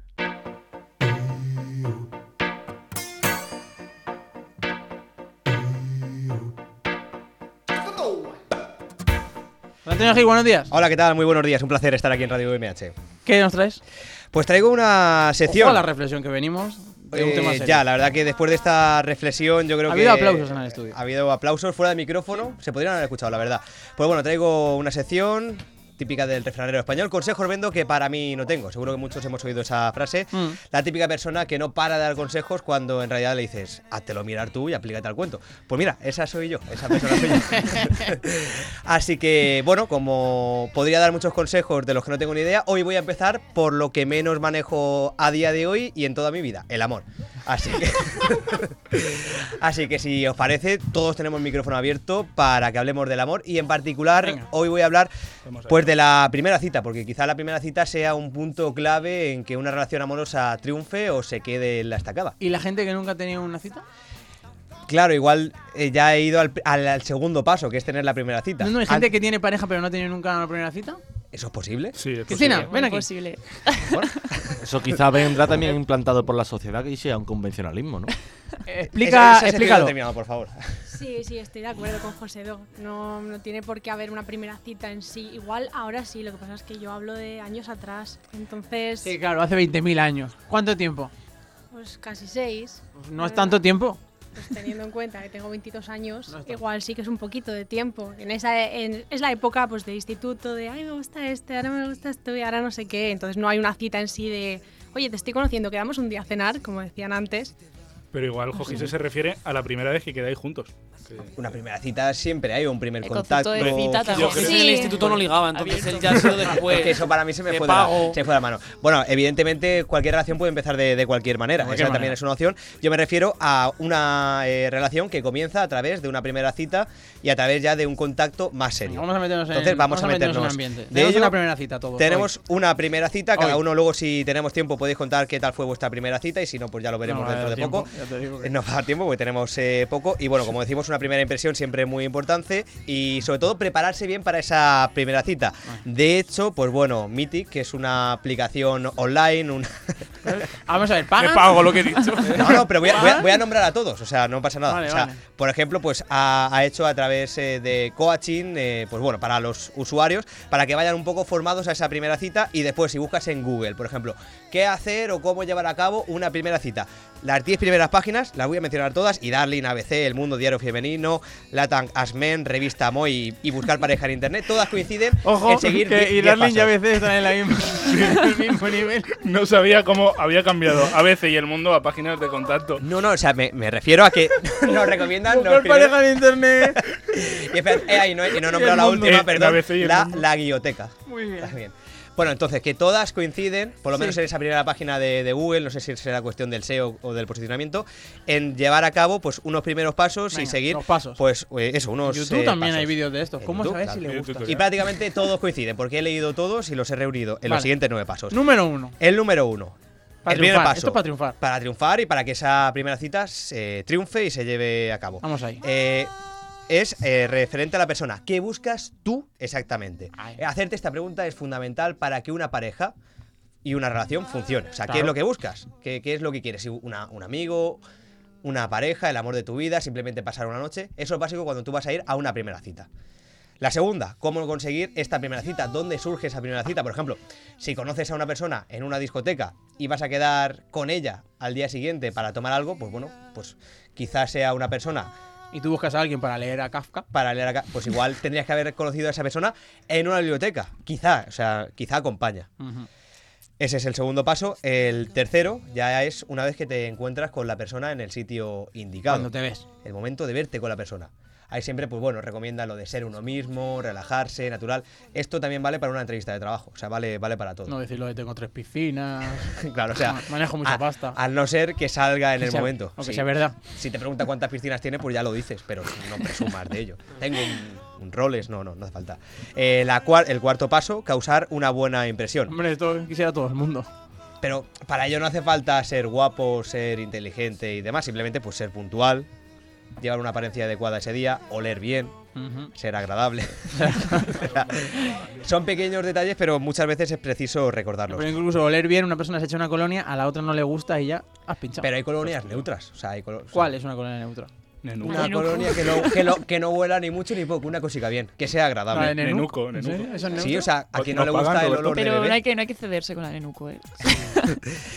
Speaker 1: Antonio Gil, buenos días.
Speaker 3: Hola, ¿qué tal? Muy buenos días. Un placer estar aquí en Radio MH.
Speaker 1: ¿Qué nos traes?
Speaker 3: Pues traigo una sección.
Speaker 1: Ojo a la reflexión que venimos de un
Speaker 3: Eh,
Speaker 1: tema serio.
Speaker 3: ya, la verdad que después de esta reflexión, yo creo
Speaker 1: Ha
Speaker 3: que.
Speaker 1: habido aplausos en el estudio.
Speaker 3: Ha habido aplausos fuera de micrófono. Se podrían haber escuchado, la verdad. Pues bueno, traigo una sección típica del refranero español. Consejos vendo que para mí no tengo. Seguro que muchos hemos oído esa frase.
Speaker 1: Mm.
Speaker 3: La típica persona que no para de dar consejos cuando en realidad le dices, háztelo mirar tú y aplícate al cuento. Pues mira, esa soy yo. Esa persona
Speaker 1: <laughs>
Speaker 3: soy yo. Así que, bueno, como podría dar muchos consejos de los que no tengo ni idea, hoy voy a empezar por lo que menos manejo a día de hoy y en toda mi vida, el amor. Así que, así que si os parece, todos tenemos el micrófono abierto para que hablemos del amor y en particular
Speaker 1: Venga.
Speaker 3: hoy voy a hablar
Speaker 2: Vamos a ver.
Speaker 3: pues de la primera cita, porque quizá la primera cita sea un punto clave en que una relación amorosa triunfe o se quede en la estacada.
Speaker 1: ¿Y la gente que nunca ha tenido una cita?
Speaker 3: Claro, igual eh, ya he ido al, al- al segundo paso, que es tener la primera cita.
Speaker 1: No, no, hay gente
Speaker 3: An-
Speaker 1: que tiene pareja pero no ha tenido nunca una primera cita.
Speaker 3: ¿Eso es posible?
Speaker 2: Sí, es
Speaker 1: Cristina,
Speaker 2: posible.
Speaker 1: ven
Speaker 6: Muy
Speaker 1: aquí.
Speaker 6: posible.
Speaker 5: Eso quizá vendrá también implantado por la sociedad que sea un convencionalismo, ¿no?
Speaker 3: Eh,
Speaker 1: Explica,
Speaker 3: Esa- esa sección no ha
Speaker 1: explícalo.
Speaker 3: terminado, por favor. <laughs>
Speaker 11: Sí, sí, estoy de acuerdo con José Do. No, no tiene por qué haber una primera cita en sí. Igual ahora sí, lo que pasa es que yo hablo de años atrás. Entonces,
Speaker 1: Sí, claro, hace 20.000 años. ¿Cuánto tiempo?
Speaker 11: pues casi seis.
Speaker 1: Pues no es tanto tiempo.
Speaker 11: Pues teniendo en cuenta que tengo 22 años,
Speaker 1: No está.
Speaker 11: igual sí que es un poquito de tiempo. En esa, en- es la época pues, de instituto, de, ay, me gusta este, ahora me gusta esto y ahora no sé qué. Entonces no hay una cita en sí de, oye, te estoy conociendo, quedamos un día a cenar, como decían antes.
Speaker 2: Pero igual Jojise se refiere a la primera vez que quedáis juntos.
Speaker 3: Una primera cita siempre hay un primer
Speaker 2: El
Speaker 3: contacto.
Speaker 2: concepto de cita también.
Speaker 1: Yo creo que en el instituto no ligaba, entonces él ya ha sido después.
Speaker 3: Es que eso para mí se me
Speaker 1: Pues De
Speaker 3: fue de, la,
Speaker 1: pago.
Speaker 3: se me fue de la mano. Bueno, evidentemente cualquier relación puede empezar de, de cualquier manera.
Speaker 1: De cualquier
Speaker 3: Esa también
Speaker 1: manera.
Speaker 3: es una opción. Yo me refiero a una eh, relación que comienza a través de una primera cita y a través ya de un contacto más serio.
Speaker 1: Vamos a meternos en-
Speaker 3: Entonces vamos,
Speaker 1: vamos
Speaker 3: a
Speaker 1: a
Speaker 3: meternos.
Speaker 1: meternos en ambiente. Tenemos
Speaker 3: ello,
Speaker 1: una primera cita todos,
Speaker 3: Tenemos
Speaker 1: hoy.
Speaker 3: una primera cita. Cada
Speaker 1: Hoy.
Speaker 3: uno luego si tenemos tiempo podéis contar qué tal fue vuestra primera cita y si no pues ya lo veremos
Speaker 1: No,
Speaker 3: dentro
Speaker 1: ya
Speaker 3: de
Speaker 1: tiempo,
Speaker 3: poco.
Speaker 1: ya te digo que-
Speaker 3: Eh, Nos va a dar tiempo porque tenemos eh, poco. Y bueno, como decimos, una primera impresión siempre muy importante. Y sobre todo, prepararse bien para esa primera cita. De hecho, pues bueno, Mythic, que es una aplicación online. un-
Speaker 1: <laughs> Vamos a ver, paga.
Speaker 3: No, no, pero voy a, voy a- voy a nombrar a todos. O sea, no pasa nada.
Speaker 1: Vale,
Speaker 3: O sea,
Speaker 1: vale.
Speaker 3: Por ejemplo, pues ha, ha hecho a través eh, de coaching, eh, pues bueno, para los usuarios, para que vayan un poco formados a esa primera cita. Y después, si buscas en Google, por ejemplo, qué hacer o cómo llevar a cabo una primera cita. Las 10 primeras páginas las voy a mencionar todas y Darling, ABC, El Mundo, Diario Femenino, Latam, Asmen, Revista Moy y Buscar Pareja en Internet, todas coinciden
Speaker 1: Ojo,
Speaker 3: en seguir
Speaker 1: que
Speaker 3: 10
Speaker 1: y Darling
Speaker 3: pasos.
Speaker 1: ya a veces están en la misma. <laughs>
Speaker 3: <laughs>
Speaker 1: el mismo nivel.
Speaker 2: <laughs> No sabía cómo había cambiado a veces y el mundo a páginas de contacto.
Speaker 3: No, no, o sea, me, me refiero a que <laughs> nos recomiendan los primeros-
Speaker 1: en internet.
Speaker 3: Y, espera, eh, ahí no, he- y no he
Speaker 1: Y
Speaker 3: nombrado
Speaker 1: el
Speaker 3: la
Speaker 1: mundo.
Speaker 3: última,
Speaker 1: Eh,
Speaker 3: perdón.
Speaker 1: la BCI y el
Speaker 3: La,
Speaker 1: mundo.
Speaker 3: la guilloteca.
Speaker 1: Muy bien.
Speaker 3: Está bien. Bueno, entonces, que todas coinciden, por lo
Speaker 1: Sí.
Speaker 3: menos en esa primera página de, de Google, no sé si será cuestión del SEO o del posicionamiento, en llevar a cabo pues unos primeros pasos y
Speaker 1: Venga,
Speaker 3: seguir
Speaker 1: los pasos.
Speaker 3: pues eh, eso,
Speaker 1: En
Speaker 3: unos
Speaker 1: YouTube
Speaker 3: eh,
Speaker 1: también
Speaker 3: pasos.
Speaker 1: hay vídeos de estos.
Speaker 3: En
Speaker 1: ¿Cómo
Speaker 3: YouTube,
Speaker 1: sabes
Speaker 3: claro.
Speaker 1: si le gusta?
Speaker 3: Y prácticamente todos coinciden, porque he leído todos y los he reunido en
Speaker 1: Vale.
Speaker 3: los siguientes nueve pasos.
Speaker 1: Número uno.
Speaker 3: El número uno.
Speaker 1: Para
Speaker 3: el primer
Speaker 1: triunfar,
Speaker 3: paso.
Speaker 1: esto es para triunfar.
Speaker 3: Para triunfar y para que esa primera cita se triunfe y se lleve a cabo.
Speaker 1: Vamos ahí.
Speaker 3: Eh, es eh, referente a la persona. ¿Qué buscas tú exactamente? Eh, Hacerte esta pregunta es fundamental para que una pareja y una relación funcione. O sea, ¿qué es
Speaker 1: Claro.
Speaker 3: lo que buscas? ¿Qué, qué es lo que quieres? Si una- un amigo, una pareja, el amor de tu vida, simplemente pasar una noche. Eso es básico cuando tú vas a ir a una primera cita. La segunda, cómo conseguir esta primera cita, dónde surge esa primera cita. Por ejemplo, si conoces a una persona en una discoteca y vas a quedar con ella al día siguiente para tomar algo, pues bueno, pues quizás sea una persona
Speaker 1: Y tú buscas a alguien para leer a Kafka.
Speaker 3: para leer acá, pues igual tendrías que haber conocido a esa persona en una biblioteca, quizá, o sea, quizá acompaña. Ese es el segundo paso. El tercero ya es una vez que te encuentras con la persona en el sitio indicado.
Speaker 1: Cuando te ves.
Speaker 3: El momento de verte con la persona. Ahí siempre, pues bueno, recomienda lo de ser uno mismo, relajarse, natural. Esto también vale para una entrevista de trabajo. O sea, vale, vale para todo.
Speaker 1: No decirlo de tengo tres piscinas.
Speaker 3: <laughs> Claro, <laughs> o sea,
Speaker 1: Ma- Manejo mucha
Speaker 3: a-
Speaker 1: pasta.
Speaker 3: Al no ser que salga en
Speaker 1: Que
Speaker 3: el
Speaker 1: sea-
Speaker 3: momento.
Speaker 1: o que sea verdad.
Speaker 3: Si te pregunta cuántas piscinas tiene, pues ya lo dices, pero no presumas de ello. Tengo un, un roles, no, no, no hace falta. Eh, la cuar- el cuarto paso, causar una buena impresión.
Speaker 1: Hombre, esto quisiera todo el mundo.
Speaker 3: Pero para ello no hace falta ser guapo, ser inteligente y demás, simplemente pues ser puntual, llevar una apariencia adecuada ese día, oler bien,
Speaker 1: Ujú.
Speaker 3: ser agradable. <laughs> Son pequeños detalles, pero muchas veces es preciso recordarlos.
Speaker 1: Pero incluso oler bien, una persona se echa una colonia, a la otra no le gusta y ya has pinchado.
Speaker 3: Pero hay colonias neutras. O sea, hay colo- o sea,
Speaker 1: ¿Cuál es una colonia neutra?
Speaker 2: Nenuco.
Speaker 3: Una colonia que no, que, no, que no huela ni mucho ni poco, una cosica bien, que sea agradable.
Speaker 1: Vale, nenuco. ¿En serio? ¿Eso es neutro?
Speaker 3: Sí, o sea, a
Speaker 1: ¿Nos-
Speaker 3: quien no
Speaker 1: Pues nos
Speaker 3: le gusta
Speaker 1: pagan,
Speaker 3: el
Speaker 1: Roberto?
Speaker 3: olor de
Speaker 6: Pero
Speaker 3: bebé.
Speaker 6: no hay, que, no hay que cederse con la nenuco, ¿eh?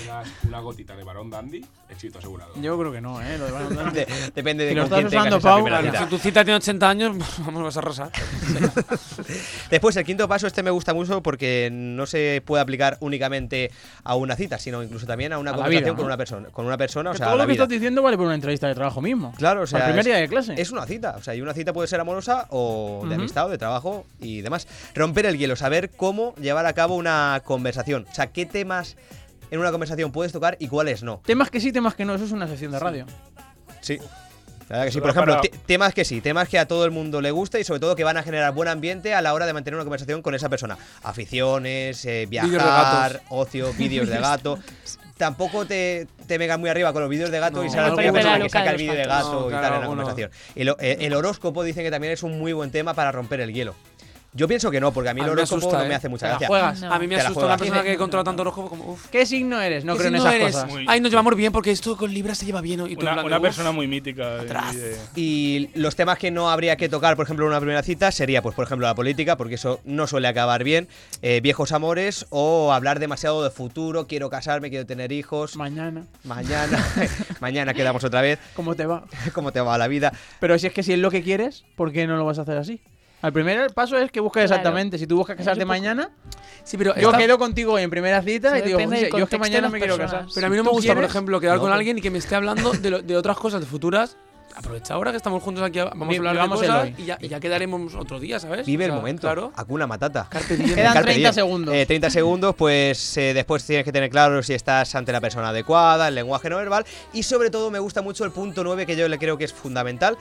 Speaker 12: Una, una gotita de varón dandy, éxito asegurado.
Speaker 1: Yo creo que no, ¿eh? Lo de
Speaker 3: <laughs>
Speaker 1: Van Damme.
Speaker 3: De- depende de
Speaker 1: Si lo
Speaker 3: con
Speaker 1: estás
Speaker 3: quién tengas
Speaker 1: usando,
Speaker 3: esa
Speaker 1: Pau.
Speaker 3: primera
Speaker 1: claro.
Speaker 3: cita.
Speaker 4: Si tu cita tiene 80 años, <laughs> vamos, vas a arrasar.
Speaker 3: Después, el quinto paso, este me gusta mucho porque no se puede aplicar únicamente a una cita, sino incluso también a una
Speaker 1: A la
Speaker 3: conversación
Speaker 1: vida,
Speaker 3: con
Speaker 1: ¿no?
Speaker 3: una persona, con una persona, o
Speaker 1: Que
Speaker 3: sea, a
Speaker 1: todo
Speaker 3: la
Speaker 1: lo que
Speaker 3: vida.
Speaker 1: estás diciendo vale por una entrevista de trabajo mismo.
Speaker 3: Claro, o sea,
Speaker 1: Al primer
Speaker 3: es-
Speaker 1: día de clase.
Speaker 3: Es una cita, o sea, y una cita puede ser amorosa o de
Speaker 1: Ujú.
Speaker 3: amistad o de trabajo y demás. Romper el hielo, saber cómo llevar a cabo una conversación, o sea, qué temas en una conversación puedes tocar y cuáles no.
Speaker 1: Temas que sí, temas que no. Eso es una sección de radio.
Speaker 3: Sí. La verdad que sí,
Speaker 1: Solo
Speaker 3: por ejemplo,
Speaker 1: para-
Speaker 3: te- temas que sí, temas que a todo el mundo le gusta y sobre todo que van a generar buen ambiente a la hora de mantener una conversación con esa persona. Aficiones, eh,
Speaker 4: Vídeos de
Speaker 3: viajar,
Speaker 4: gatos.
Speaker 3: ocio, vídeos de gato. Tampoco te, te megas muy arriba con los vídeos de gato
Speaker 4: No.
Speaker 3: y será
Speaker 4: No,
Speaker 3: la primera
Speaker 4: porque
Speaker 3: persona
Speaker 4: la
Speaker 3: que
Speaker 4: loca de
Speaker 3: saca el
Speaker 4: los
Speaker 3: vídeo de
Speaker 4: gatos.
Speaker 3: gato
Speaker 4: No,
Speaker 3: y
Speaker 4: claro,
Speaker 3: tal en la
Speaker 4: alguno.
Speaker 3: conversación. El, eh, el horóscopo dicen que también es un muy buen tema para romper el hielo. Yo pienso que no, porque a mí el horóscopo no me hace mucha
Speaker 4: ¿eh? Te
Speaker 3: gracia.
Speaker 4: la juegas. A mí me
Speaker 3: Te la
Speaker 4: asusta una
Speaker 3: juegas.
Speaker 4: persona que controla tanto horóscopo como. Uf.
Speaker 1: ¿Qué signo eres? No
Speaker 4: ¿Qué
Speaker 1: creo en
Speaker 4: signo
Speaker 1: esas
Speaker 4: eres?
Speaker 1: cosas.
Speaker 4: Ay, nos llevamos bien porque esto con Libra se lleva bien. Y tú en
Speaker 2: Una,
Speaker 4: plan de,
Speaker 2: una
Speaker 4: uf.
Speaker 2: persona muy mítica. de-
Speaker 4: Atrás.
Speaker 2: de-
Speaker 3: Y los temas que no habría que tocar, por ejemplo, en una primera cita sería, pues, por ejemplo, la política, porque eso no suele acabar bien, eh, viejos amores o hablar demasiado de futuro, quiero casarme, quiero tener hijos,
Speaker 1: Mañana.
Speaker 3: mañana, <laughs> mañana quedamos otra vez, <laughs>
Speaker 1: ¿Cómo te va?
Speaker 3: cómo te va la vida.
Speaker 1: Pero si es que si es lo que quieres, ¿por qué no lo vas a hacer así? Al primer paso es que busques
Speaker 6: Claro.
Speaker 1: exactamente. Si tú buscas casarte
Speaker 6: Yo poco-
Speaker 1: mañana,
Speaker 4: sí, pero
Speaker 1: yo
Speaker 4: está-
Speaker 1: quedo contigo en primera cita
Speaker 6: Sí,
Speaker 1: y te digo,
Speaker 6: depende del
Speaker 1: "Oye, yo es
Speaker 6: contexto
Speaker 1: que
Speaker 6: de
Speaker 1: mañana
Speaker 6: las
Speaker 1: me quiero
Speaker 6: personas.
Speaker 1: casar.
Speaker 4: Pero a mí no
Speaker 1: ¿Tú
Speaker 4: me gusta, por
Speaker 1: quieres?
Speaker 4: ejemplo, quedar
Speaker 1: No,
Speaker 4: con
Speaker 1: pero-
Speaker 4: alguien y que me esté hablando de, lo- de otras cosas de futuras. Aprovecha ahora que estamos juntos aquí, vamos
Speaker 1: Vi-
Speaker 4: a hablar de
Speaker 1: vivamos el
Speaker 4: cosas
Speaker 1: hoy.
Speaker 4: y ya, y ya quedaremos otro día, ¿sabes?
Speaker 3: Vive
Speaker 4: O
Speaker 3: el
Speaker 4: sea,
Speaker 3: momento.
Speaker 4: Claro.
Speaker 3: Hakuna Matata.
Speaker 4: diem.
Speaker 1: Quedan
Speaker 3: Carpe
Speaker 1: 30
Speaker 3: diem.
Speaker 1: segundos.
Speaker 3: Eh, 30 segundos, pues eh, después tienes que tener claro si estás ante la persona adecuada, el lenguaje no verbal y sobre todo me gusta mucho el punto 9 que yo le creo que es fundamental.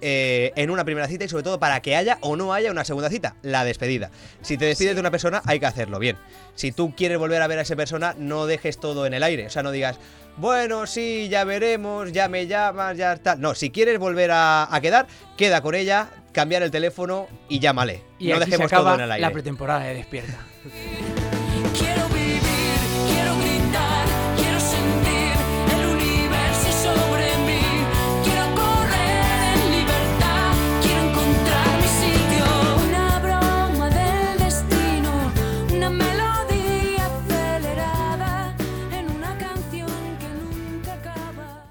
Speaker 3: eh, en una primera cita y sobre todo para que haya o no haya una segunda cita, la despedida. Si te despides de una persona, hay que hacerlo bien. Si tú quieres volver a ver a esa persona, no dejes todo en el aire. O sea, no digas, bueno, sí, ya veremos, ya me llamas, ya tal. No, si quieres volver a, a quedar, queda con ella, cambiar el teléfono y llámale.
Speaker 1: Y
Speaker 3: no
Speaker 1: aquí se
Speaker 3: dejemos
Speaker 1: acaba
Speaker 3: todo en el aire.
Speaker 1: la pretemporada de Despierta.
Speaker 9: Quiero vivir